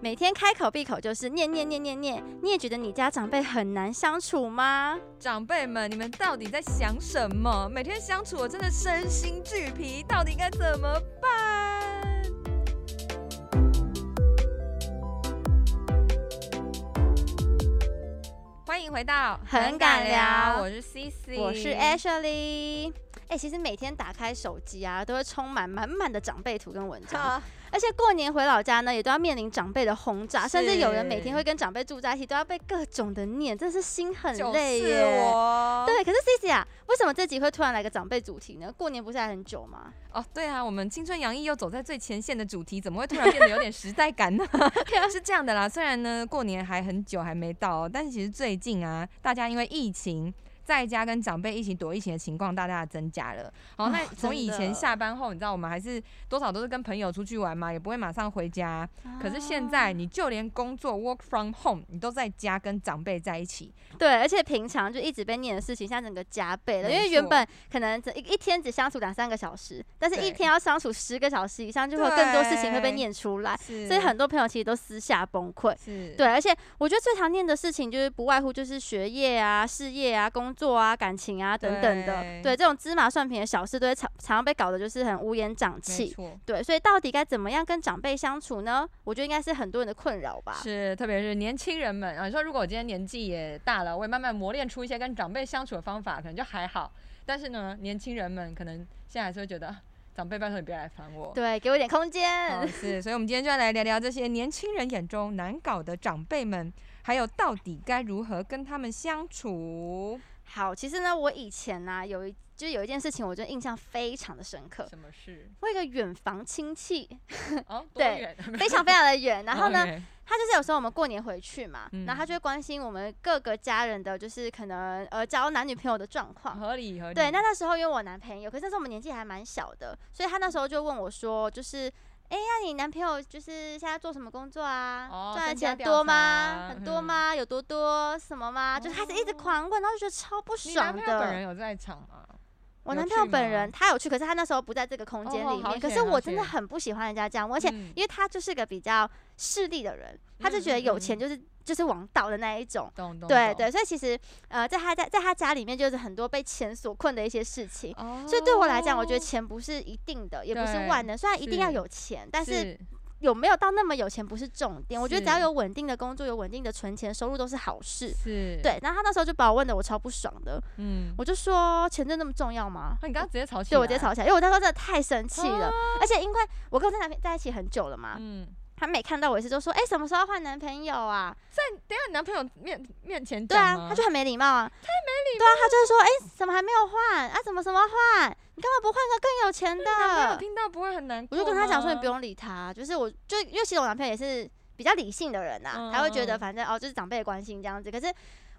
每天开口闭口就是念念念念念，你也觉得你家长辈很难相处吗？长辈们，你们到底在想什么？每天相处，我真的身心俱疲，到底该怎么办？欢迎回到很敢聊我是 CC，我是 Ashley。哎、其实每天打开手机啊，都会充满满满的长辈图跟文章，好而且过年回老家呢，也都要面临长辈的轰炸，甚至有人每天是会跟长辈住在一起，都要被各种的念，真是心很就累是哦耶。我。对，可是 C C 啊，为什么这集会突然来个长辈主题呢？过年不是还很久吗？哦，对啊，我们青春洋溢又走在最前线的主题，怎么会突然变得有点时代感 呢？啊是这样的啦，虽然呢过年还很久还没到哦，但是其实最近啊，大家因为疫情。在家跟长辈一起躲疫情的情况大大地增加了。好，哦那真从以前的下班后，你知道我们还是多少都是跟朋友出去玩嘛，也不会马上回家。可是现啊在，你就连工作 work from home，你都在家跟长辈在一起，对，而且平常就一直被念的事情，现在整个加倍了。因没为错原本可能只一一天只相处两三个小时，但是对一天要相处十个小时以上，就会有更多事情会被对念出来，是啊所以很多朋友其实都私下崩溃。是对，而且我觉得最常念的事情就是不外乎就是学业啊、事业啊、工作啊、感情啊等等的。对对，这种芝麻蒜皮的小事都会常常常被搞得就是很乌烟瘴没气。错。对，所以到底该怎么样跟长辈相处呢？我觉得应该是很多人的困扰吧。是，特别是年轻人们啊，你说如果我今天年纪也大了，我也慢慢磨练出一些跟长辈相处的方法，可能就还好。但是呢，年轻人们可能现在还是会觉得，啊长辈拜托你别来烦我。对，给我一点空间。哦，是，所以我们今天就要来聊聊这些年轻人眼中难搞的长辈们，还有到底该如何跟他们相处。好，其实呢，我以前呢、有一就是有一件事情，我就印象非常的深刻。什么 事？我有一个远房亲戚，哦，多对远？ 非常非常的远。然后呢，哦 OK，他就是有时候我们过年回去嘛，嗯然后他就会关心我们各个家人的，就是可能呃交男女朋友的状况。合理合理。哦对，那那时候因为我男朋友，可是那时候我们年纪还蛮小的，所以他那时候就问我说，就是。哎、那你男朋友就是现在做什么工作啊？哦赚、的身家钱调多查吗？很多嗯吗？有多多什么吗？就是开始一直哦狂问，然后就觉得超不你男爽朋的。友本人有在场吗？我有男朋友去本人吗他有去，可是他那时候不在这个空间哦里面。好可是险好我真的险很不喜欢人家这样问，而且嗯因为他就是个比较势利的人，他就觉得嗯嗯有嗯钱就是就是王道的那一种。懂懂。对懂。对，所以其实呃，在他家在他家里面就是很多被钱所困的一些事情。哦，所以对我来讲，我觉得钱不是一定的，也不是对万能。虽然一定要是有钱，但是有没有到那么有钱不是重点。我觉得只要是有稳定的工作，有稳定的存钱收入都是好事。是，对，然后他那时候就把我问的我超不爽的，嗯。我就说钱真的那么重要吗？啊，你刚刚直接吵起对来，啊我直接吵起来，因为我那时候真的太生气了，而且因为我跟我这男朋友在一起很久了嘛，嗯，他每看到我一次就说，哎、什么时候要换男朋友啊？等一下你男朋友面面前对讲啊，吗他就很没礼貌啊，太没礼貌。对啊，他就是说，哎、怎么还没有换啊？怎么什么换？你干嘛不换个更有钱啊男朋友的？听到不会很难我过吗，就跟他讲说，你不用理他，啊就是我就因为其实我男朋友也是比较理性的人呐、嗯他会觉嗯得嗯反正哦就是长辈的关心这样子，可是我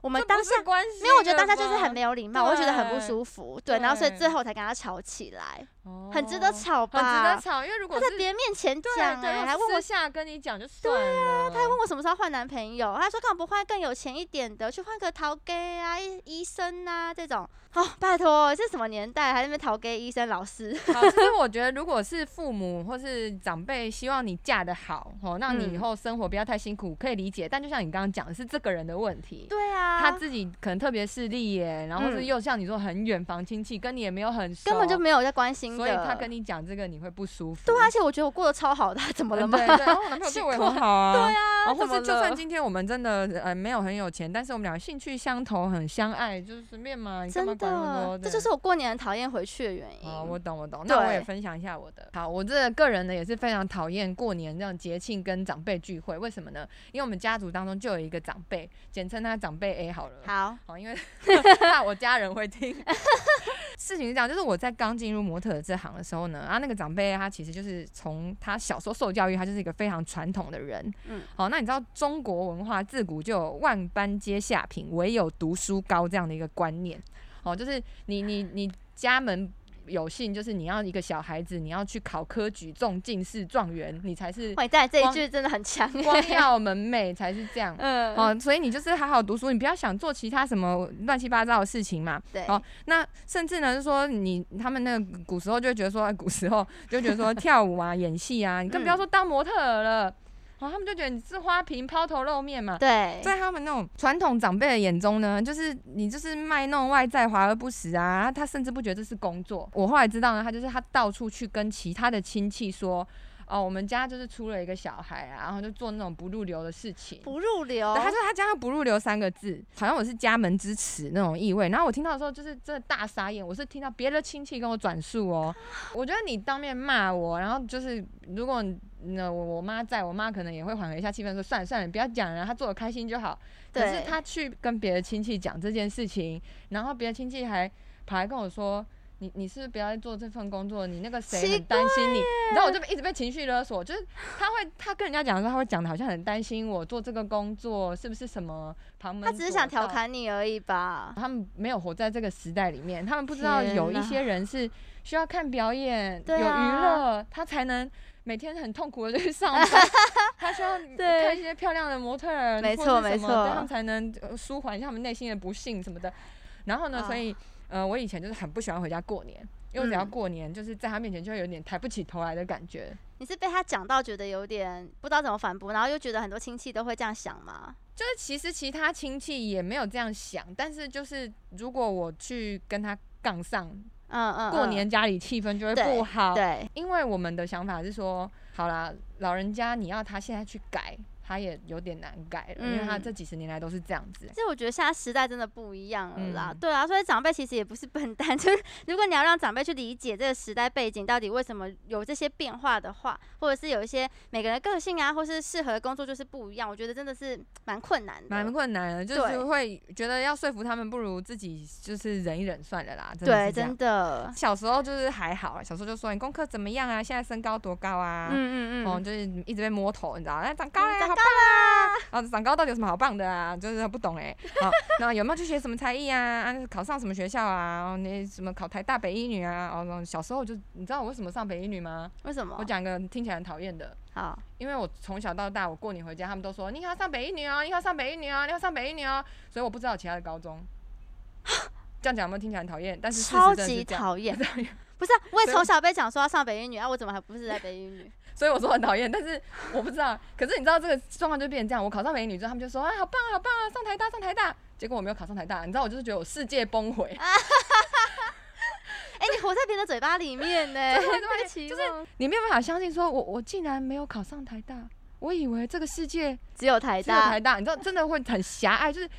我们当下。关系，没有，我觉得当下就是很没有礼貌，我会觉得很不对舒服，对，然后所以对最后才跟他吵起来，哦，很值得吵吧？很值得吵，因为如他果在是别人面前对讲、对，欸，如还果问我私，下跟你讲就算了，他还问我什么时候换男朋友，他说干嘛不换更有钱一点的，去换个陶 gay 啊、医医生啊这种。哦，拜托，这什么年代还在那边陶 gay 医生老师？ 好，其实我觉得，如果是父母或是长辈希望你嫁得好，哦，让你以嗯后生活不要太辛苦，可以理解。但就像你刚刚讲的，是这个人的问题，对啊，他自己可能特别势利耶，然后或是嗯又像你说很远房亲戚，跟你也没有很熟，根本就没有在关心的。所以他跟你讲这个，你会不舒服。对啊，而且我觉得我过得超好的，啊怎么嗯了吗？对对，然后我男朋友对 我也很好啊。对啊，然后哦怎或么是就算了今天我们真的呃没有很有钱，但是我们俩兴趣相投，很相爱，就是随便嘛，你干嘛真管那么的多，？这就是我过年很讨厌回去的原因。哦，我懂我懂，那我也对分享一下我的。好，我这个人呢也是非常讨厌过年这样节庆跟长辈聚会，为什么呢？因为我们家族当中就有一个长辈，简称他长辈 A 好了。好，好，哦因为 怕我家人会听。 事情是这样，就是我在刚进入模特儿这行的时候呢，啊，那个长辈他其实就是从他小时候受教育，他就是一个非常传统的人。嗯嗯，好，那你知道中国文化自古就有万般皆下品，唯有读书高这样的一个观念。哦，就是你你你家门。有幸就是你要一个小孩子，你要去考科举、中进士、状元，你才是 哇，你带来这一光句真的很强欸。 光耀门楣，才是这样。嗯， 哦，所以你就是好好读书，你不要想做其他什么乱七八糟的事情嘛。对，哦，那甚至呢，就说你他们那个古时候就会觉得说，哎古时候就觉得说跳舞啊、演戏啊，你更不要说当模特儿了。哦，他们就觉得你是花瓶抛头露面嘛。对， 在他们那种传统长辈的眼中呢，就是你就是卖弄外在华而不实啊，他甚至不觉得这是工作。我后来知道呢，他就是他到处去跟其他的亲戚说，哦，我们家就是出了一个小孩啊，然后就做那种不入流的事情。不入流对，，他说他加上“不入流”三个字，好像我是家门之耻那种意味。然后我听到的时候，就是真的大傻眼。我是听到别的亲戚跟我转述哦，我觉得你当面骂我，然后就是如果那我我妈在我妈可能也会缓和一下气氛，说算了算了，你不要讲了，她做的开心就好。可是对他去跟别的亲戚讲这件事情，然后别的亲戚还跑来跟我说。你你是不是不要再做这份工作，你那个谁奇很担心你，你知道我就被一直被情绪勒索，就是他会他跟人家讲的时候，他会讲的好像很担心我做这个工作是不是什么旁门，他只是想调，侃你而已吧？他们没有活在这个时代里面，他们不知道天有一哪些人是需要看表演，有对娱啊乐，他才能。每天很痛苦的去上 班，他需要对看一些漂亮的模特儿，没或错是没什么对错他们才能呃舒缓一下他们内心的不幸什么的。然后呢，所啊以呃，我以前就是很不喜欢回家过年，因为我只要嗯过年，就是在他面前就会有点抬不起头来的感觉。你是被他讲到觉得有点不知道怎么反驳，然后又觉得很多亲戚都会这样想吗？就是其实其他亲戚也没有这样想，但是就是如果我去跟他杠上，嗯嗯，过嗯年家里气氛就会对不好。对因为我们的想法是说，好啦，老人家你要他现在去改，他也有点难改了，因为他嗯这几十年来都是这样子。其实我觉得现在时代真的不一样了啦，嗯对啊，所以长辈其实也不是笨蛋， 就是如果你要让长辈去理解这个时代背景到底为什么有这些变化的话，或者是有一些每个人的个性啊，或是适合的工作就是不一样，我觉得真的是蛮困难的，蛮困难的，就是对会觉得要说服他们，不如自己就是忍一忍算了啦。真的对，是这真样的，小时候就是还好啊，小时候就说你功课怎么样啊，现在身高多高啊，嗯嗯哦，嗯，就是一直被摸头，你知道，哎，长高了，长好高棒啊！啊，长高到底有什么好棒的啊？就是不懂哎、好，那有没有去学什么才艺啊？啊，考上什么学校啊？哦，你什么考台大北一女啊？哦，那小时候就你知道我为什么上北一女吗？为什么我？讲个听起来很讨厌的，好，因为我从小到大，我过年回家，他们都说你要上北一女哦，你要上北一女哦，你要上北一女哦，所以我不知道其他的高中。 这样讲有没有听起来很讨厌？但是事实超真的是级这样，讨厌讨厌不是啊、我也所以从小被讲说要上北一女啊，我怎么还不是在北一女？所以我说很讨厌，但是我不知道。可是你知道这个状况就变成这样，我考上美女之后，他们就说啊，好棒啊好棒啊，上台大上台大。结果我没有考上台大，你知道我就是觉得我世界崩毁，哎、你活在别人的嘴巴里面呢、欸， 对太奇就是妙你没有办法相信说我我竟然没有考上台大，我以为这个世界只有台只有台大，大，你知道真的会很狭隘，就是。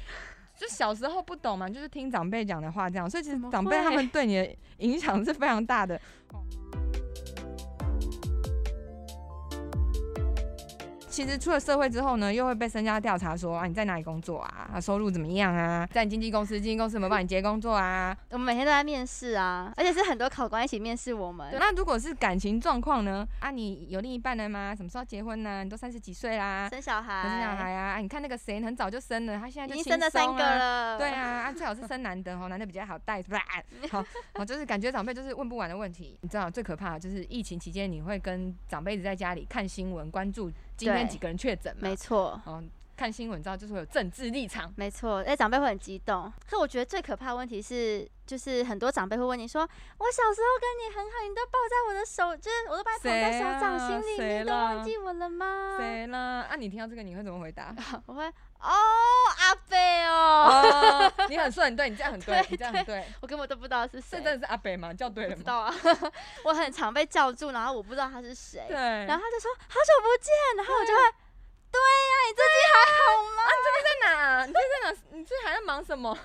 就小时候不懂嘛，就是听长辈讲的话这样，所以其实怎么长辈会哦他们对你的影响是非常大的。其实出了社会之后呢，又会被身家调查说啊你在哪里工作啊，啊收入怎么样啊，在你经纪公司，经纪公司有没有帮你接工作啊？我们每天都在面试啊，而且是很多考官一起面试我对们。那如果是感情状况呢？啊你有另一半了吗？什么时候结婚呢、你都三十几岁啦，生小孩，生小孩啊？啊你看那个谁很早就生了，他现在已就经生了轻三松个啊了。对，啊，啊最好是生男的哦，男的比较好带，不啦， 好，好就是感觉长辈就是问不完的问题。你知道最可怕的就是疫情期间，你会跟长辈一直在家里看新闻，关注今天对几个人确诊嘛没，错，哦，看新闻，你知道就是会有政治立场。没错。哎，长辈会很激动。可我觉得最可怕的问题是，就是很多长辈会问你说：“我小时候跟你很好，你都抱在我的手，就是我都把你捧在谁手掌啊心里，谁你都啦忘记我了吗？”谁啦？啊，你听到这个你会怎么回答？我会哦，阿贝哦，哦，你很顺，对你这样很对，对你这样很对。我根本都不知道是这谁真。的是阿北吗？叫对不了知吗？道啊， 我很常被叫住，然后我不知道他是谁，对。然然后他就说好久不见，然后我就会，对呀、你最近还好吗？在哪？你在哪？你最近还在忙什么？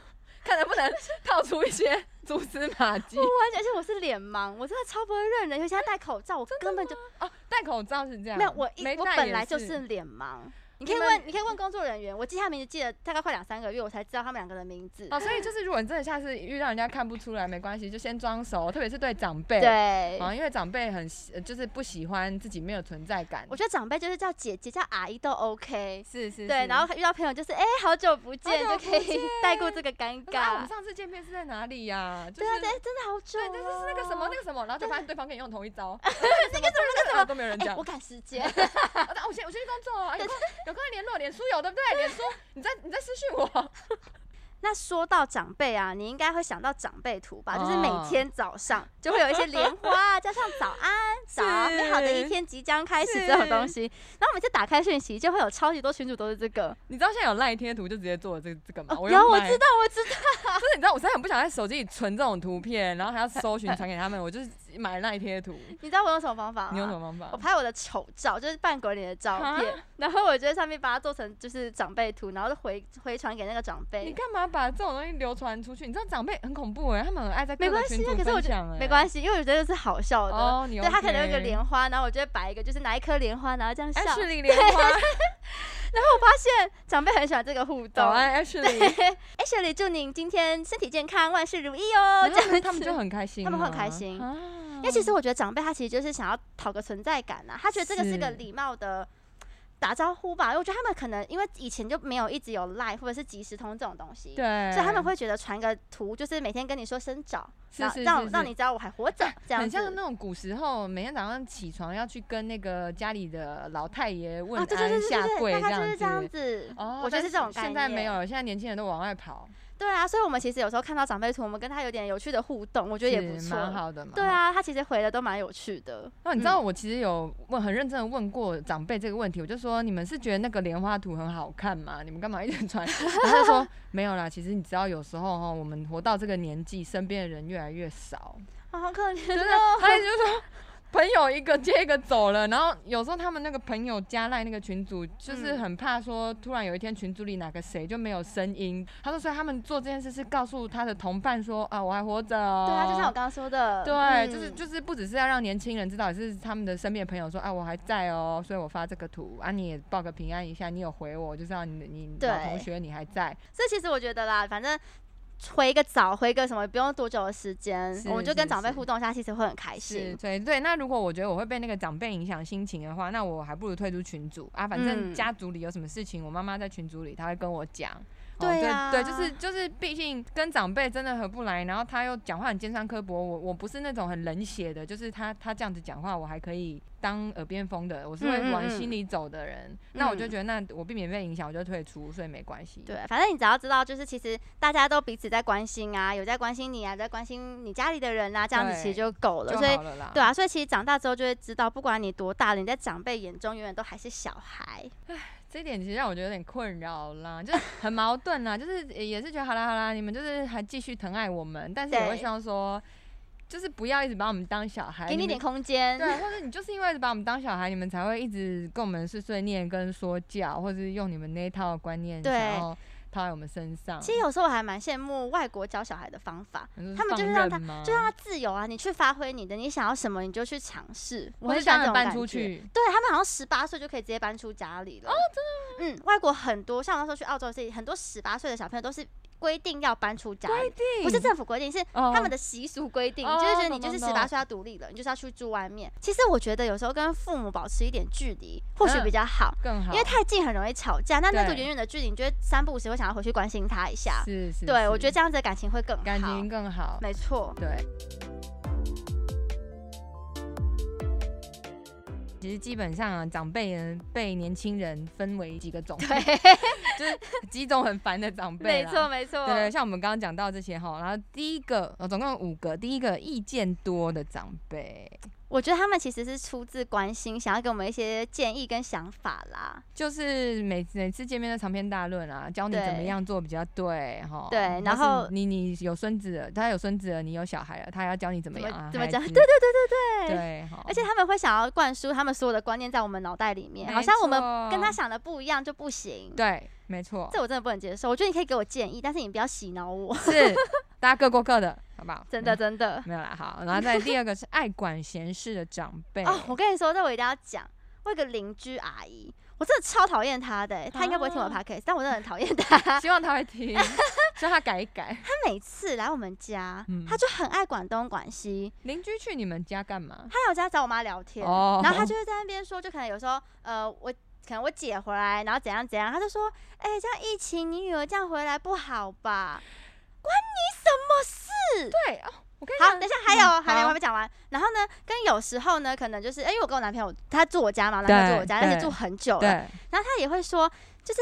看能 不能套出一些蛛丝马迹我。完全，而且我是脸盲，我真的超不会认人，尤其他戴口罩，我根本就哦，戴口罩是这样。没有，我一没我戴本也来就是是脸盲。你你可以们问，你可以问工作人员，我记他名字记了大概快两三个月，我才知道他们两个的名字。哦，所以就是如果你真的下次遇到人家看不出来，没关系，就先装熟，特别是对长辈。。对，啊，因为长辈很喜呃就是不喜欢自己没有存在感。我觉得长辈就是叫姐姐、叫阿姨都 OK。是是对，然后遇到朋友就是哎、好久不见，久就不可以 带过这个尴我说啊，我尬们。上次见面是在哪里呀？就对啊，是对，真的好久对，就是哦那个什么那个什么，然后就对发现对方跟你用同 一招，那个什么那个什么都没有人哎、讲。我啊赶时间， 那我先我哦哎先去工作了，啊有空有空联络，脸书有对不对？脸书，你在你在私讯我。 那说到长辈啊，你应该会想到长辈图吧？就是每哦天早上就会有一些莲花啊，加上早安、早 是美好的一天即将开始这种东西。然后每次打开讯息，就会有超级多群主都是这个。你知道现在有赖贴图就直接做了这这个吗？哦，有有我买知道，我知道， 就是你知道，我现在很不想在手机里存这种图片，然后还要搜寻传给他们，我就是买赖贴图。你知道我用什么方法吗？你有什么方法我？拍我的丑照，就是扮鬼脸的照片，然后我就在上面把它做成就是长辈图，然后就回回传给那个长你辈。干嘛把这种东西流传出去？你知道长辈很恐怖哎、他们很爱在各没个关系群啊组可是我分觉享哎、没关系。系，因为我觉得这是好笑的。哦，你对他可能有一个 OK 哎莲花，然后我就会摆一个，就是拿一颗莲花，然后这样笑。 Ashley 莲花，我发现长辈很喜欢这个互动。早安 Ashley， 哎，雪莉，祝您今天身体健康，万事如意哦。这然后样他子们就很开心他啊，们会很开心啊因为其实我觉得长辈他其实就是想要讨个存在感呐、啊，他觉得这个是个是礼貌的打招呼吧。因为我觉得他们可能因为以前就没有一直有 Line 或者是即时通这种东西，对，所以他们会觉得传个图，就是每天跟你说声早，是然后是让是让是你知道我还活着，这样 很子。像那种古时候，每天早上起床要去跟那个家里的老太爷问啊，对对对安对下对跪对，这大概就是这样样子。子。哦，我觉得但是这种概念。现在没有，现在年轻人都往外跑，对啊，所以我们其实有时候看到长辈图，我们跟他有点有趣的互动，我觉得也不是错。蛮好的嘛。对啊，他其实回的都蛮有趣的。哦，你知道我其实有问很认真的问过长辈这个问题，我就说你们是觉得那个莲花图很好看吗？你们干嘛一直传？然后他就说没有啦，其实你知道有时候哦，我们活到这个年纪，身边的人越来越少，啊，好可 怜真的哦，，他一直就说。朋友一个接一个走了，然后有时候他们那个朋友加赖那个群组，就是嗯很怕说突然有一天群组里哪个谁就没有声音。他说，所以他们做这件事是告诉他的同伴说啊，我还活着、哦。对啊，就像我刚刚说的，对，就是嗯就是不只是要让年轻人知道，也是他们的身边的朋友说，啊，我还在哦，所以我发这个图啊，你也报个平安一下，你有回我，就知道你你老对同学你还在，所以其实我觉得啦，反正。回个早，回个什么，不用多久的时间，是我们就跟是长辈是互动一下，其实会很开心。对对。那如果我觉得我会被那个长辈影响心情的话，那我还不如退出群组啊，反正嗯家族里有什么事情，我妈妈在群组里，她会跟我讲。对哦、啊对对，就是就是，毕竟跟长辈真的合不来，然后他又讲话很尖酸刻薄，我我不是那种很冷血的，就是他他这样子讲话，我还可以当耳边风的，我是嗯会嗯往嗯心里走的人。那我就嗯觉得，那我避免被影响，我就退出，所以没关系。对，反正你只要知道，就是其实大家都彼此在关心啊，有在关心你啊，有在关心你家里的人啊，这样子其对实就够了。就所以好，了啦。对啊，所以其实长大之后就会知道，不管你多大了，你在长辈眼中永远都还是小孩。这一点其实让我觉得有点困扰啦，就是很矛盾啦，就是也是觉得好啦好啦，你们就是还继续疼爱我们，但是也对会希望说，就是不要一直把我们当小孩，给你一点哎们空间。对，啊或者你就是因为一直把我们当小孩，你们才会一直跟我们碎碎念跟说教，或者是用你们那一套观念对想要套在我们身上。其实有时候我还蛮羡慕外国教小孩的方法，他们就是让他他就让他自由啊，你去发挥你的，你想要什么你就去尝试。我或很是喜欢这将他种搬感出觉。去，对他们好像十八岁就可以直接搬出家里了。哦，真的吗？嗯，外国很多，像我那时候去澳洲是很多十八岁的小朋友都是规定要搬出家里，不是政府规定，是他们的的习俗规定，哦就是觉得懂你就是懂十八懂岁要独立了，你就是要去住外面。其实我觉得有时候跟父母保持一点距离，或许嗯比较好。更好，因为太近很容易吵架，那那个对远远的距离，你觉得三不五时会想要回去关心他一下。是是，对，我是觉得这样子的感情会更好。感情更好，没错，对。其实基本上啊，长辈人被年轻人分为几个种类， 就是几种很烦的长辈没啦。错，没错。对对，像我们刚刚讲到这些哈，然后第一个，呃，总共有五个，第一个意见多的长辈，我觉得他们其实是出自关心，想要给我们一些建议跟想法啦。就是每每次见面都长篇大论啊，教你对怎么样做比较对哈。对或是然后你你有孙子了，他有孙子了，你有小孩了，他要教你怎么怎么样啊？怎么孩讲子对对对对，哈而且他们会想要灌输他们所有的观念在我们脑袋里面，没好像我们错跟他想的不一样就不行。对，没错，这我真的不能接受。我觉得你可以给我建议，但是你不要洗脑我。是大家各过各的，好不好？真的，真的。 没有啦，好，然后再第二个是爱管闲事的长辈哦，我跟你说，这我一定要讲。我有个邻居阿姨，我真的超讨厌她的欸、她应该不会听我的 podcast，、但我真的很讨厌她。 她希望他会听，希望他改一改。每次来我们家，嗯她就很爱管东管西，邻居去你们家干嘛？她来我家找我妈聊天，哦然后她就会在那边说，就可能有时候，呃，我可能我姐回来，然后怎样怎样，她就说，哎、这样疫情，你女儿这样回来不好吧？对哦，我跟你好，讲等一下还有嗯还没我好还没讲完。然后呢，跟有时候呢，可能就是，哎因为我跟我男朋友，他住我家嘛，男朋友住我家，对但是住很久了，对，然后他也会说，就是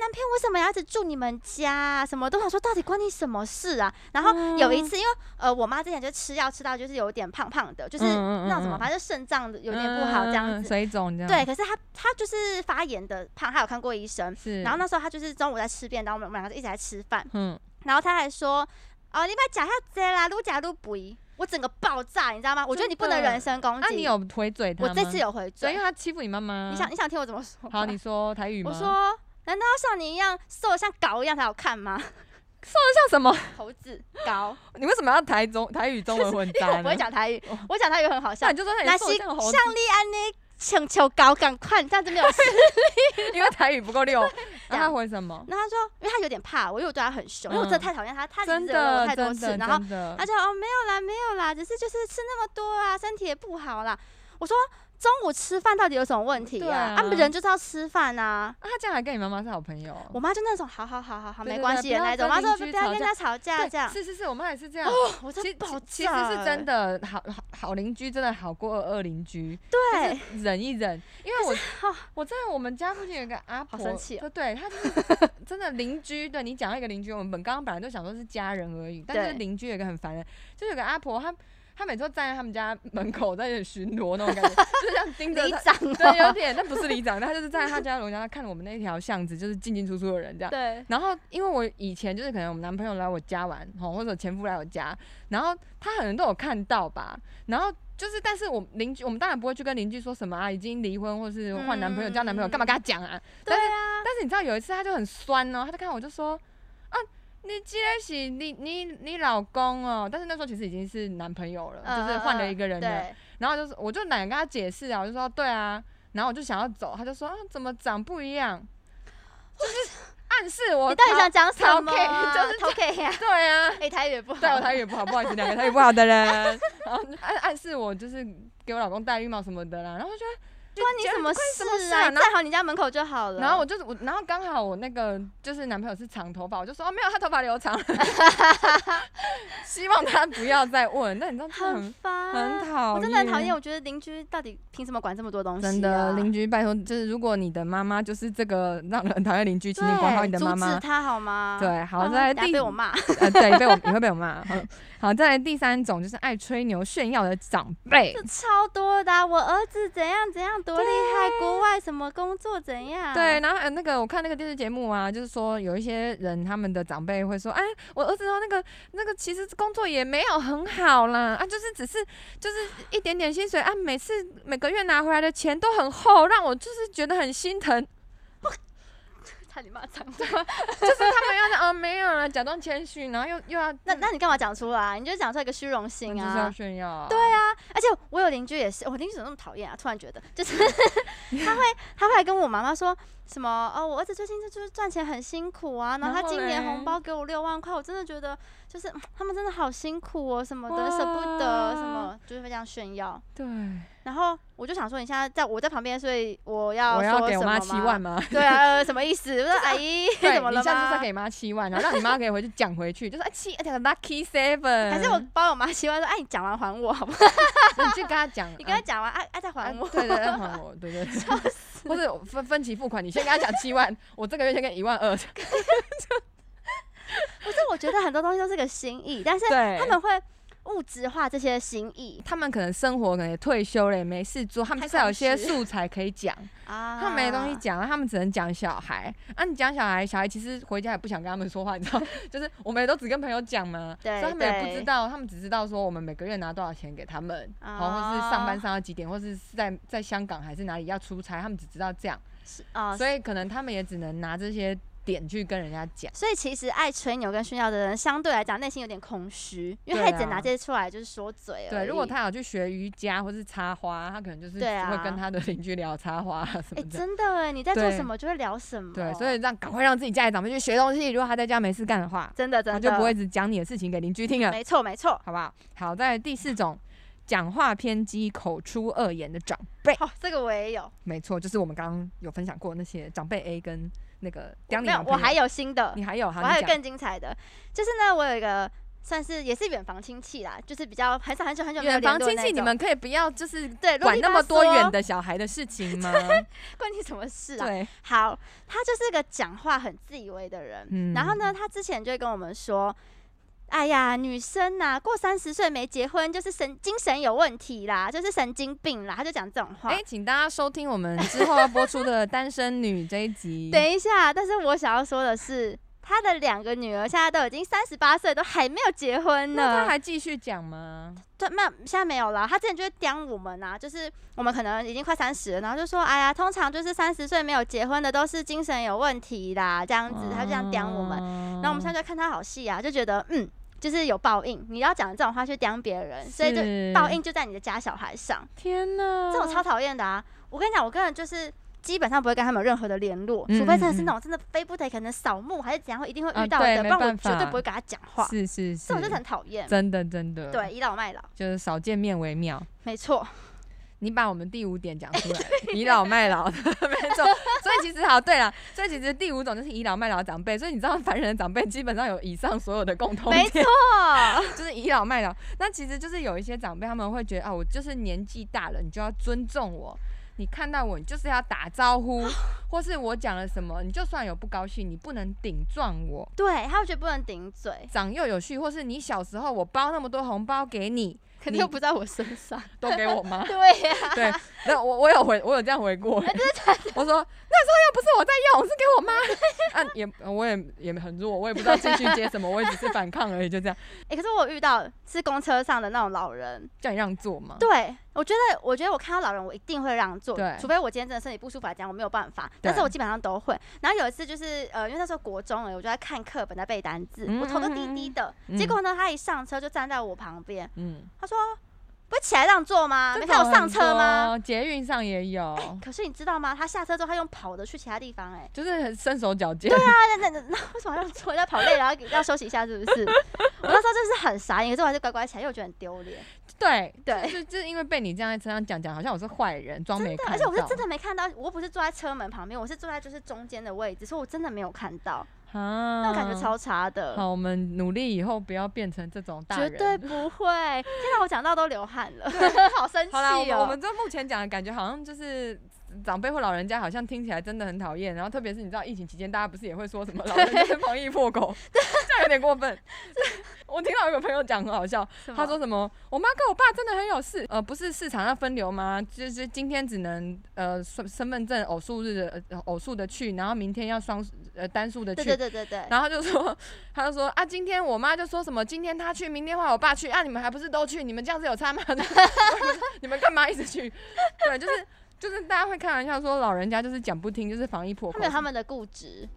男朋友为什么要一直住你们家、啊？什么都想说，到底关你什么事啊？然后有哦一次，因为呃，我妈之前就吃药吃到就是有点胖胖的，就是嗯嗯嗯那种什么，嗯反正就肾脏有点不好这样嗯子。水肿这样。对，，可是她她就是发炎的胖，她有看过医生。是。然后那时候她就是中午在吃便当，我们我们两个就一起在吃饭，嗯，然后她还说：“哦，你把假下摘啦，撸假撸不宜。”我整个爆炸，你知道吗？我觉得你不能真的人身攻击。那啊你有回嘴他我吗？这次有回对，嘴因为。他欺负你妈妈。你想你想听我怎么说吗？好，你说台语吗？我说，难道要像你一样瘦的像狗一样才好看吗？像什么？ 猴子高，你为什么要台中台语中文 混因搭为呢？我不会讲台语哦，我讲台语很好笑那。你就说你那瘦得是像像猴子，你安尼请求高，赶快，你这样子没有事。 因为台语不够溜。这那样他回什么？然后他说，因为他有点怕我，因为我对他很凶，因为我嗯真的太讨厌他，他其真实惹了的我太多真次的，然后真的啊他就哦没有啦没有啦，只是就是吃那么多啊，身体也不好啦。我说中午吃饭到底有什么问题对啊啊？啊人就是要吃饭啊。啊他这样还跟你妈妈是好朋友。哦我妈就那种好好好好好对没对关对系不的要那种，我跟妈说邻不居要吵跟架她吵架对这样。是是是，我妈也是这样。我哦真其爆炸，其实是真的，好好好邻居真的好过恶恶邻居，对，忍一忍。因为我哦我真的我们家附近有一个阿婆，好生气哦对她就是 真的邻居。对你讲到一个邻居，我们本刚刚本来就想说是家人而已，但是对邻居有一个很烦人，就是有个阿婆，她她每次都站在他们家门口在那里巡逻那种感觉，就是这样盯着里她。 长对，有 哦，点，但不是里长，她就是站在她家楼下看我们那条巷子，就是进进出出的人这样。对，然后，因为我以前就是可能我们男朋友来我家玩，吼，或者前夫来我家，然后他可能都有看到吧。然后就是，但是我邻居，我们当然不会去跟邻居说什么啊，已经离婚或是换男朋友、嗯交男朋友，干嘛跟他讲啊？对但是，啊，但是你知道有一次他就很酸哦，他就看我就说啊，你既然是你你你老公哦，但是那时候其实已经是男朋友了，就是换了一个人了。啊嗯对，然后就是我就懒得跟他解释啊，我就说对啊，然后我就想要走，他就说啊，怎么长不一样？就是暗示我你到底逃想讲什逃么 K， 啊？就是偷 K 呀，对啊，哎，台语也不好，对我台语也不好，不好意思，两个台语不好的 人，然后暗暗示我就是给我老公戴绿帽什么的啦，然后我觉得关你什么啊关你什么事事啊啊？然你后站好你家门口就好了。然后我就是我，然后刚好我那个就是男朋友是长头发，我就说哦没有，他头发留 长了，希望他不要再问。那你知道这很很烦，很讨厌，我真的很讨厌。我觉得邻居到底凭什么管这么多东西啊？真的，邻居拜托，就是如果你的妈妈就是这个让人讨厌邻居，请你管好你的对妈阻止妈。他好吗？对，好，不再来然等下第被我 骂，呃，对，被我你会被我骂。好，好，再来第三种就是爱吹牛炫耀的长辈这。超多的啊。我儿子怎样怎样多厉害，国外什么工作怎样？啊对，，然后还有那个我看那个电视节目啊，就是说有一些人他们的长辈会说，哎，我儿子哦，那个那个其实工作也没有很好啦，啊，就是只是就是一点点薪水啊，每次每个月拿回来的钱都很厚，让我就是觉得很心疼。差点骂脏话。就是他们要是啊没有啦，假装谦虚，然后又又要那那你干嘛讲出来？你就讲出来一个虚荣那心就是要啊！炫耀啊，对啊，而且我有邻居也是，我邻居怎么那么讨厌啊？突然觉得， 就是他会，他会来跟我妈妈说什么哦，我儿子最近就是赚钱很辛苦啊，然后他然后今年嘞红包给我六万块，我真的觉得就是嗯他们真的好辛苦哦，什么哇的舍不得什么，就是会这样炫耀。对，然后我就想说，你现在在我在旁边，所以我要我要说给我什妈么七吗万。吗？对啊，呃什么意思？我说 阿姨， 对，怎么了你下次吗再？给你妈七万，然后让你妈可以回去讲回去，就是哎七，哎讲 lucky seven，还是我帮我妈希望说，哎，你讲完还我好不好？ 你去跟她讲，你跟他啊讲完，哎、啊、哎、再还我。啊对对对，还我，对对，或者我分分期付款，你先跟她讲七万， 我这个月先给一万二，不是，我觉得很多东西都是个心意，但是对他们会物质化这些心意他们可能生活可能也退休了，也没事做，他们太至少有空些虚素材可以讲，啊。他们没东西，讲，他们只能讲小孩。啊，你讲小孩，小孩其实回家也不想跟他们说话，你知道， 就是我们也都只跟朋友讲嘛，所对以他们也不对知道，他们只知道说我们每个月拿多少钱给他们，好，或是上班哦上到几点，或是在在香港还是哪里要出差，他们只知道这样，是啊。所以可能他们也只能拿这些点去跟人家讲。所以其实爱吹牛跟炫耀的人，相对来讲内心有点空虚，因为对他也只啊拿这些出来就是说嘴而已。对，如果他有去学瑜伽或是插花，他可能就是对啊会跟他的邻居聊插花啊什哎、么的。真的哎，你在做对什么就会聊什么。哦对，所以让赶快让自己家里长辈去学东西。如果他在家没事干的话，真的真他的就不会只讲你的事情给邻居听了，没错没错。好不好？好，在第四种，讲话偏激、口出恶言的长辈，哦，这个我也有，没错，就是我们刚刚有分享过那些长辈 A 跟那个没刁你有男，朋我友还有新的，你还有，我好，还你有讲更精彩的，就是呢，我有一个算是也是远房亲戚啦，就是比较很少很久很久没有远联房络的亲那戚，你种们可以不要就是对啰管里那吧么多嗦远的小孩的事情 吗？关你什么事啊？对，好，他就是个讲话很自以为的人。嗯然后呢，他之前就会跟我们说：“哎呀，女生呐、过三十岁没结婚，就是神精神有问题啦，就是神经病啦。”他就讲这种话。哎、请大家收听我们之后要播出的《单身女》这一 集。等一下，但是我想要说的是，他的两个女儿现在都已经三十八岁，都还没有结婚那他呢。还继续讲吗？对，那现在没有啦。他之前就会刁我们啊，就是我们可能已经快三十了，然后就说：“哎呀，通常就是三十岁没有结婚的都是精神有问题啦，这样子。”他就这样刁我们。们然后我们现在就看他好戏啊，就觉得嗯，就是有报应，你要讲这种话去刁别人，所以就是报应就在你的家小孩上，天哪，这种超讨厌的啊！我跟你讲，我个人就是。基本上不会跟他们有任何的联络，嗯除非真的是嗯那种真的非不得已，可能扫墓还是怎样，会一定会啊遇到对的，不没然我办绝对法不会跟他讲话。是是是，这种就很讨厌，真的真的，对，，倚老卖老，就是少见面为妙。没 错。你把我们第五点讲出来了， 倚老卖老的，没错。所以其实好，对了，所以其实第五种就是倚老卖老的长辈。所以你知道，凡人的长辈基本上有以上所有的共通没点，哦，就是倚老卖老。那其实就是有一些长辈他们会觉得啊，我就是年纪大了，你就要尊重我。你看到我，你就是要打招呼，或是我讲了什么，你就算有不高兴，你不能顶撞我。对，他会觉得不能顶嘴，长幼有序，或是你小时候我包那么多红包给你，肯你定又不在我身 上。？都给我吗对呀、 对，那我我有回，我有这样回过欸，哎 我说那时候又不是我在用，是给我妈。 啊，也我也也很弱，我也不知道继续接什么，我也只是反抗而已，就这样哎、可是我有遇到是公车上的那种老人，叫你让座嘛。对，我觉得，我觉得我看到老人，我一定会让座对，除非我今天真的身体不舒服来讲，我没有办法。但是对我基本上都会。然后有一次就是，呃，因为那时候国中了，我就在看课本在背单字，我头都低低的。嗯结果呢，他一上车就站在我旁边，嗯，他说：“不会起来让座吗？没这看种我上车吗很多？”捷运上也有，可是你知道吗？他下车之后，他用跑的去其他地方、哎，就是很身手矫健。那那那那为什么要让座？要跑累了，然后要休息一下，是不是？我那时候真的是很傻眼，可是我还是乖乖起来，因为我觉得很丢脸。 对对就就是因为被你这样在车上讲讲，好像我是坏人，装没对，看而且我是到真的没看到，我又不是坐在车门旁边，我是坐在就是中间的位置，所以我真的没有看到，啊，那种感觉超差的，好。我们努力以后不要变成这种大绝 人。对不会。天哪，我讲到都流汗了，好生 气好啦，我们我哦们！这目前讲的感觉好像就是长辈或老人家，好像听起来真的很讨厌。然后特别是你知道疫情期间，大家不是也会说什么老人就是防疫破口， 这样有点过分。 我听到有个朋友讲很好笑，什么他说什么我妈跟我爸真的很有事，呃，不是市场要分流吗？就是今天只能呃身身份证偶数日的、呃、偶数的去，然后明天要双呃单数的去对。对对对对，然后他就说， 他就说啊，今天我妈就说什么，今天她去，明天换我爸去啊，你们还不是都去？你们这样子有差吗？ 你们干嘛一直去？对，就是就是大家会开玩笑说，老人家就是讲不听，就是防疫破他口。们有他们的固 执。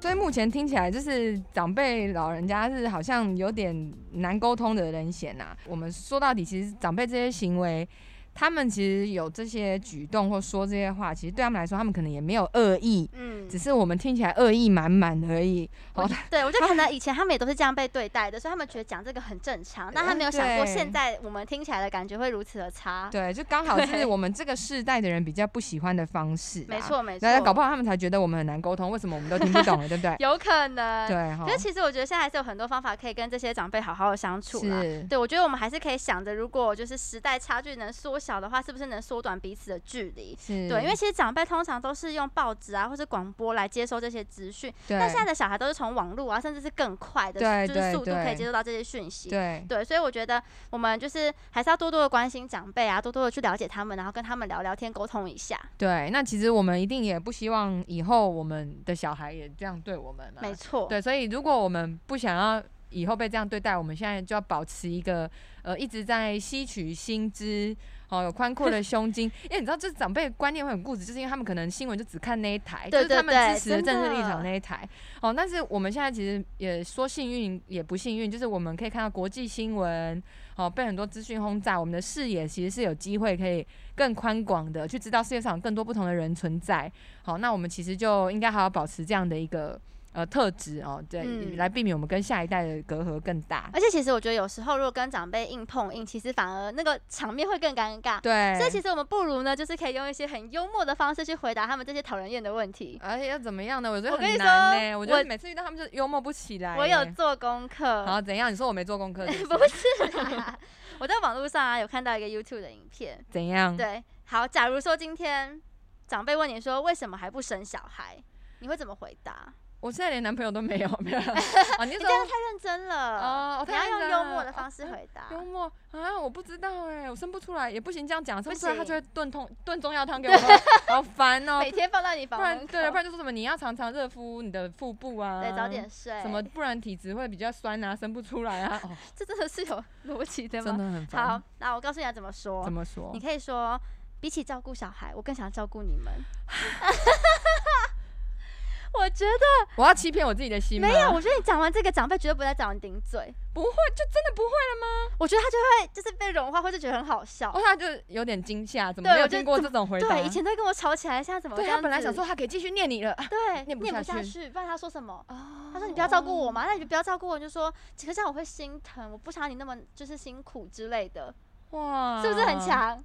所以目前听起来就是长辈老人家是好像有点难沟通的人选呐、我们说到底，其实长辈这些行为。他们其实有这些举动或说这些话，其实对他们来说，他们可能也没有恶意，嗯只，是我们听起来恶意满满而已。好，对，我就 可能以前他们也都是这样被对待的，所以他们觉得讲这个很正常，但他没有想过对现在我们听起来的感觉会如此的差。对，就刚好是啊对我们这个世代的人比较不喜欢的方式、没。错没错啊那，搞不好他们才觉得我们很难沟通，为什么我们都听不 懂了，对不对？有可能。对哦哈可，是其实我觉得现在还是有很多方法可以跟这些长辈好好的相处啦。是，对，我觉得我们还是可以想着，如果就是时代差距能缩小的话，是不是能缩短彼此的距离？是，对，因为其实长辈通常都是用报纸啊，或是广播来接收这些资讯，对但现在的小孩都是从网络啊，甚至是更快的，对就是对速度可对以接收到这些讯息。对对，所以我觉得我们就是还是要多多的关心长辈啊，多多的去了解他们，然后跟他们聊聊天，沟通一下。对，那其实我们一定也不希望以后我们的小孩也这样对我们嘛。啊没错，对，所以如果我们不想要以后被这样对待，我们现在就要保持一个呃一直在吸取新知，哦，有宽阔的胸襟。因为你知道，就是长辈观念会很固执，就是因为他们可能新闻就只看那一台，对就是对他们对支持的真政治立的场那一台。哦，但是我们现在其实也说幸运也不幸运，就是我们可以看到国际新闻，哦，被很多资讯轰炸，我们的视野其实是有机会可以更宽广的去知道世界上有更多不同的人存在。好，那我们其实就应该好好保持这样的一个呃特质哦，对，嗯来避免我们跟下一代的隔阂更大。而且其实我觉得有时候如果跟长辈硬碰硬，其实反而那个场面会更尴尬。对，所以其实我们不如呢，就是可以用一些很幽默的方式去回答他们这些讨人厌的问题。而且哎要怎么样呢？我觉得我跟很你难呢、说我觉得我每次遇到他们就幽默不起来、我有。做功课，哎好，怎样？你说我没做功课是不是？不是啦，我在网络上啊有看到一个 YouTube 的影片，怎样？对，好，假如说今天长辈问你说为什么还不生小孩，你会怎么回答？我现在连男朋友都没有，没 有。啊，你你是这说样太认真了，哦我你太要用认真幽了默的哦方式嗯回答。幽默啊？我不知道哎、我生不出来也不行，这样讲生不不出来，他行就会炖通炖中药汤给我喝， 好烦哦、每天放到你不房门然口，对，不然就说什么你要常常热敷你的腹部啊，对早点睡。什么，不然体质会比较酸啊，生不出 来啊，哦，这真的是有逻辑的真吗？的很烦。好，那我告诉你要怎么说。怎么说你？可以说，比起照顾小孩，我更想照顾你 们。我觉得我要欺骗我自己的心吗？没有，我觉得你讲完这个，长辈绝对不会再找你顶嘴。不会，就真的不会了吗？我觉得他就会就是被融化，或者觉得很好笑。哦，他就有点惊吓，怎么对没有我就听过这种回答？对，以前都会跟我吵起来，现在怎么啊对这他样本来想子说他可以继续念你了，啊对 念不念不下下去去，不然他说什么？哦他说你不要照顾我嘛，那你就不要照顾我，你就说可是这样我会心疼，我不想你那么就是辛苦之类的，哇是不是很？强？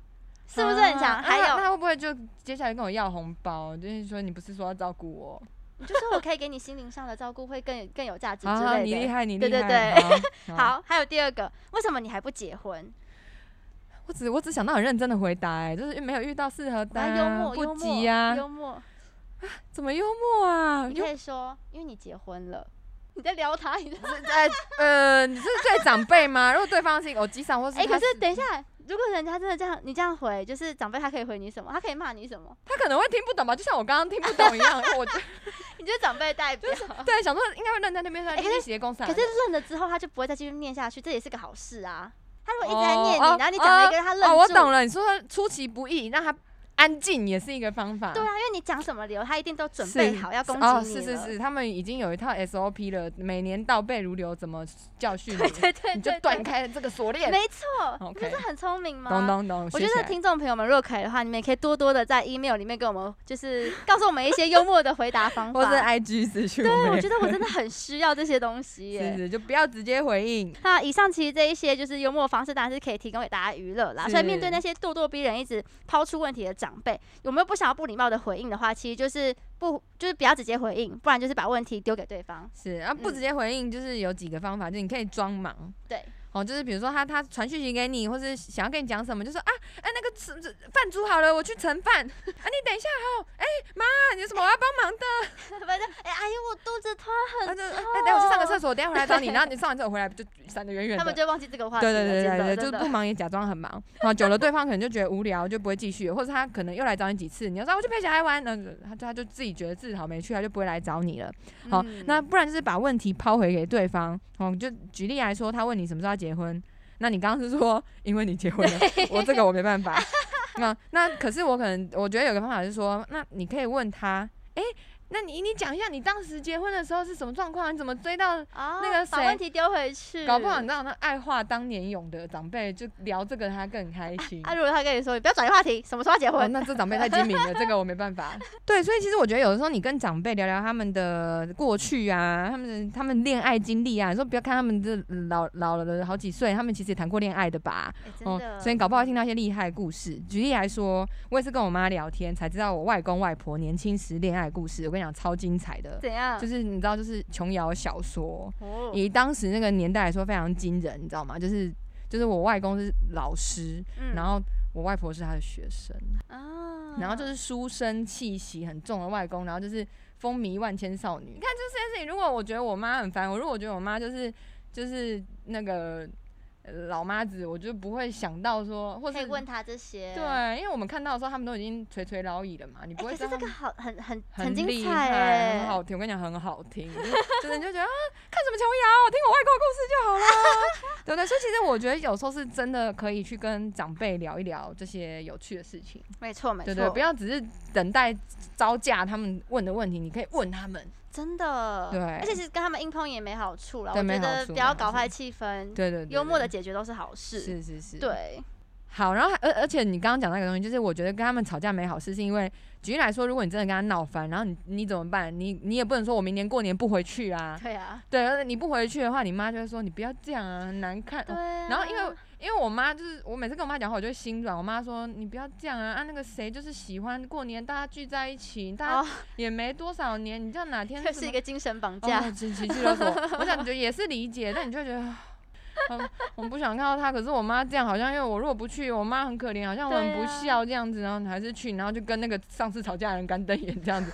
是不是哦啊很强？还那有他会不会就接下来跟我要红包？就是说你不是说要照顾我？你就说我可以给你心灵上的照顾，会更更有价值之啊，类你厉的。害，你厉对害。对 对，好，还有第二个，为什么你还不结婚？我只我只想到很认真的回答，哎，就是没有遇到适合的然啊，后幽默，幽不默，急呀，幽默，怎么幽默啊？你幽可以说，因为你结婚了，你在撩他， 你在。哎呃，你是对长辈吗？如果对方是偶机上，或是哎、他可是等一下，如果人家真的这样，你这样回，就是长辈他可以回你什么？他可以骂你什么？ 他可能会听不懂吧，就像我刚刚听不懂一样，因为我就你就是长辈代表。对想说应该会愣在那边说哎可是你写公司啊，可是认了之后，他就不会再继续念下去，这也是个好事啊。他如果一直在念你，哦哦然后你讲了一个他愣住，哦，我懂了，你说出其不意，让他安静也是一个方法。对啊，因为你讲什么理由，他一定都准备是好要攻击你哦，是是了，是，他们已经有一套 SOP 了，每年倒背如流，怎么教训你， 对对对，你就对断，开这个锁链对。没错，你 OK 不是很聪明吗？懂懂懂，我学觉起得来听众朋友们，若可以的话，你们也可以多多的在 email 里面给我们，就是告诉我们一些幽默的回答方或是法。 IG 私讯对，们我也觉得我真的很需要这些东西耶。 是是，就不要直接回应。那以上其实这一些就是幽默方式，当然是可以提供给大家娱乐啦。是所以面对那些咄咄逼人、一直抛出问题的长辈，有没有不想要不礼貌的回应的话，其实就是不就是不要直接回应，不然就是把问题丢给对方。 是，然后不嗯直接回应，就是有几个方法，就你可以装忙。对。哦，就是比如说他他传讯息给你，或是想要跟你讲什么，就说啊，哎、那个吃饭煮好了，我去盛饭 啊，你等一下哦，哎、妈，你有什么我要帮忙的？反正哎，阿姨，我肚子痛，他就哎、等一下我去上个厕所，等一下回 来找你，然后你上完厕所回来就闪得远远哦他的们。就忘记这个话题对了。对对对对，真就的真不的。忙也假装很忙，然后久了对方可能就觉得无聊，就不会继续，或者他可能又来找你几次，你要说啊我去陪小孩玩，那就他他就自己觉得自讨没趣，他就不会来找你了。好、嗯那不然就是把问题抛回给对方。哦，就举例来说，他问你什么时候要结婚，那你刚刚是说因为你结婚了，我这个我没办法。那那可是我可能我觉得有个方法是说，那你可以问他，诶，那你你讲一下你当时结婚的时候是什么状况？你怎么追到？哦那个把谁问题丢回去，搞不好你知道那爱话当年勇的长辈就聊这个，他更开 心。啊，如果他跟你说你不要转移话题，什么时候要结嗯哦，婚？那这长辈太精明了，这个我没办法。 对，所以其实我觉得有的时候你跟长辈聊聊他们的过去啊，他们他们恋爱经历啊，你说不要看他们这老老了好几岁，他们其实也谈过恋爱的嗯吧？哎真的，哦所以搞不好听到一些厉害的故事。举例来说，我也是跟我妈聊天才知道我外公外婆年轻时恋爱故事，我跟你讲超精彩的，怎样？就是你知道就是琼瑶小说，哦以当时那个年代来说非常惊人，你知道吗？就是就是我外公是老师，嗯然后我外婆是他的学生。啊嗯然后就是书生气息很重的外公，然后就是风靡万千少女。你看这件事情，如果我觉得我妈很烦，我如果觉得我妈就是就是那个呃老妈子，我就不会想到说，或可以是问他这些。对，因为我们看到的时候，他们都已经垂垂老矣了嘛，你哎，不可会是知这道他个们好很很很精厉彩害，很哎好听。我跟你讲，很好 听，就是真的你就觉得啊，看什么琼瑶，听我外公的故事就好了， 对不对？所以其实我觉得有时候是真的可以去跟长辈聊一聊这些有趣的事情。没错没错，对对，不要只是等待招架他们问的问题，你可以问他们。真的对而且其实跟他们硬碰也没好处啦，对我没觉好得处不没要好搞处坏气氛，对对对幽默的对解决都是好事。是是是，。对，好，好，然后还而而且你刚刚讲那个东西，就是我觉得跟他们吵架没好事，是因为举例来说，如果你真的跟他闹翻，然后你你怎么办？你你也不能说我明年过年不回去啊，对啊，对，而且你不回去的话，你妈就会说你不要这样啊，很难看。对哦啊然后因为因为我妈就是我每次跟我妈讲话，我就会心软。我妈说你不要这样啊，啊那个谁就是喜欢过年大家聚在一起，大哦家，也没多少年，你知道哪 天这什 是一么个精神绑哦架，情绪勒 索，我想你觉得也是理解，但你就会觉得， 嗯， 我不想看到他。可是我妈这样，好像因为我如果不去，我妈很可怜，好像我很对不啊孝这样子，然后你还是去，然后就跟那个上次吵架的人干瞪眼这 样子。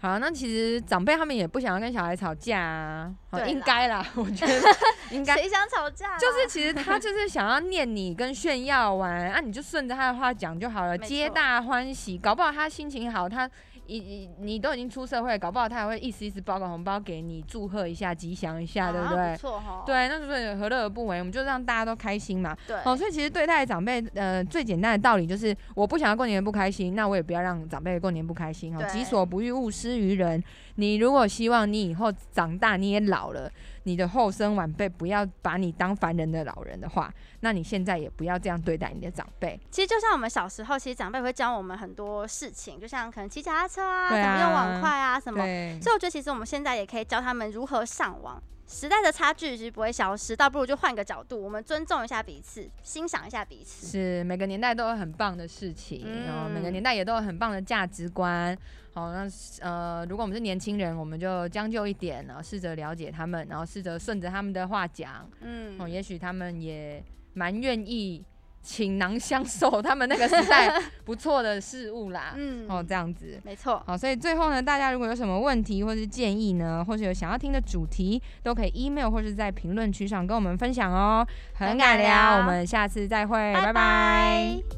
好，那其实长辈他们也不想要跟小孩吵架啊，好对啦应该啦，我觉得应该。谁想吵架啊？ 就是其实他就是想要念你跟炫耀完，啊，你就顺着他的话讲就好了，没皆错大欢喜。搞不好他心情好，他你你你都已经出社会，搞不好他还会意思意思包个红包给你，祝贺一下，吉祥一下，对不啊对不？错哈，对，那就是何乐而不为？我们就让大家都开心嘛。对，哦，所以其实对待长辈，呃，最简单的道理就是，我不想要过年不开心，那我也不要让长辈过年不开心哦。对己所不欲，勿施于人。你如果希望你以后长大，你也老了，你的后生晚辈不要把你当凡人的老人的话，那你现在也不要这样对待你的长辈。其实就像我们小时候，其实长辈会教我们很多事情，就像可能骑脚踏车啊，对怎啊么用碗筷啊，什么。对，所以我觉得其实我们现在也可以教他们如何上网。时代的差距其实不会消失，倒不如就换个角度，我们尊重一下彼此，欣赏一下彼此。是每个年代都有很棒的事情，然后每个嗯年代也都有很棒的价值观。好，那是呃，如果我们是年轻人，我们就将就一点，然后试着了解他们，然后试着顺着他们的话讲。嗯，哦，也许他们也蛮愿意倾囊相授，他们那个时代不错的事物啦。嗯哦，这样子。没错。好，所以最后呢，大家如果有什么问题或是建议呢，或是有想要听的主题，都可以 email 或是在评论区上跟我们分享哦。很很敢敢聊，聊我们下次再会，拜拜拜